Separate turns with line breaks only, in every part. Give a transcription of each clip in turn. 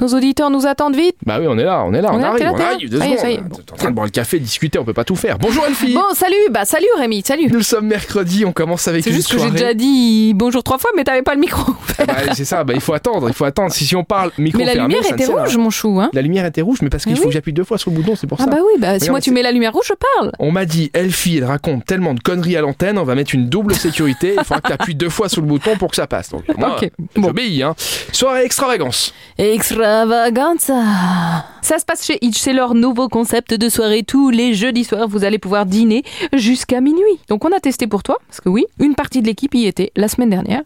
Nos auditeurs nous attendent vite.
Bah oui, on est là, on est là,
On
on,
est là,
arrive,
t'es là,
on
t'es là
arrive, deux
Ça y est, ça y est.
secondes. T'es en train de boire le café, discuter, on peut pas tout faire. Bonjour Elfie
Bon, salut, bah salut Rémi, salut.
Nous sommes mercredi, on commence avec
C'est
une
juste que j'ai
soirée.
déjà dit bonjour trois fois, mais t'avais pas le micro.
Bah, c'est ça, bah, il faut attendre, il faut attendre. Si, si on parle micro
mais la
fermé,
lumière
ça ne
était
sert à rien.
rouge, mon chou. Hein.
La lumière était rouge, mais parce qu'il
Mais
faut
oui.
que j'appuie deux fois sur le bouton, c'est pour
Ah
ça.
bah oui, bah si
Regarde,
moi tu
c'est-
mets la lumière rouge, je parle.
On m'a dit, Elfie, elle raconte tellement de conneries à l'antenne, on va mettre une double sécurité. Il faudra que t'appuies deux fois sur le bouton pour que ça passe. Donc, moi,
Ok. Bon.
j'obéis. Hein. Soirée extravagance.
Extravaganza Ça se passe chez Itch, c'est leur nouveau concept de soirée. Tous les jeudis soirs, vous allez pouvoir dîner jusqu'à minuit. Donc on a testé pour toi, parce que oui, une partie de l'équipe y était la semaine dernière.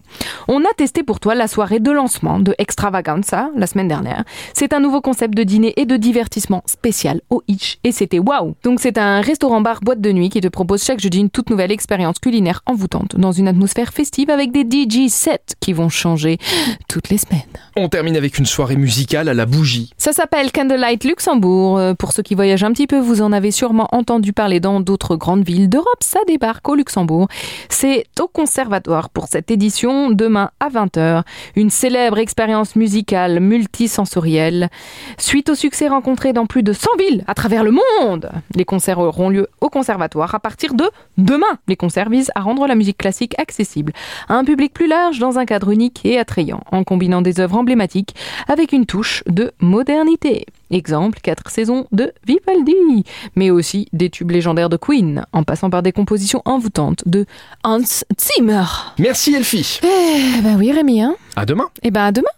On a testé pour toi la soirée de lancement de Extravaganza la semaine dernière. C'est un nouveau concept de dîner et de divertissement spécial au Itch et c'était waouh. Donc c'est un restaurant-bar boîte de nuit qui te propose chaque jeudi une toute nouvelle expérience culinaire envoûtante dans une atmosphère festive avec des DJ sets qui vont changer toutes les semaines.
On termine avec une soirée musicale à la bougie.
Ça s'appelle Candlelight Luxembourg. Euh, Pour ceux qui voyagent un petit peu, vous en avez sûrement entendu parler dans d'autres grandes villes d'Europe. Ça débarque au Luxembourg. C'est au Conservatoire pour cette édition, demain à 20h. Une célèbre expérience musicale multisensorielle. Suite au succès rencontré dans plus de 100 villes à travers le monde, les concerts auront lieu au Conservatoire à partir de demain. Les concerts visent à rendre la musique classique accessible à un public plus large dans un cadre unique et attrayant, en combinant des œuvres emblématiques avec une touche de modernité. Exemple, quatre saisons de Vivaldi, mais aussi des tubes légendaires de Queen, en passant par des compositions envoûtantes de Hans Zimmer.
Merci Elfie.
Eh ben oui Rémi, hein
À demain.
Eh ben à demain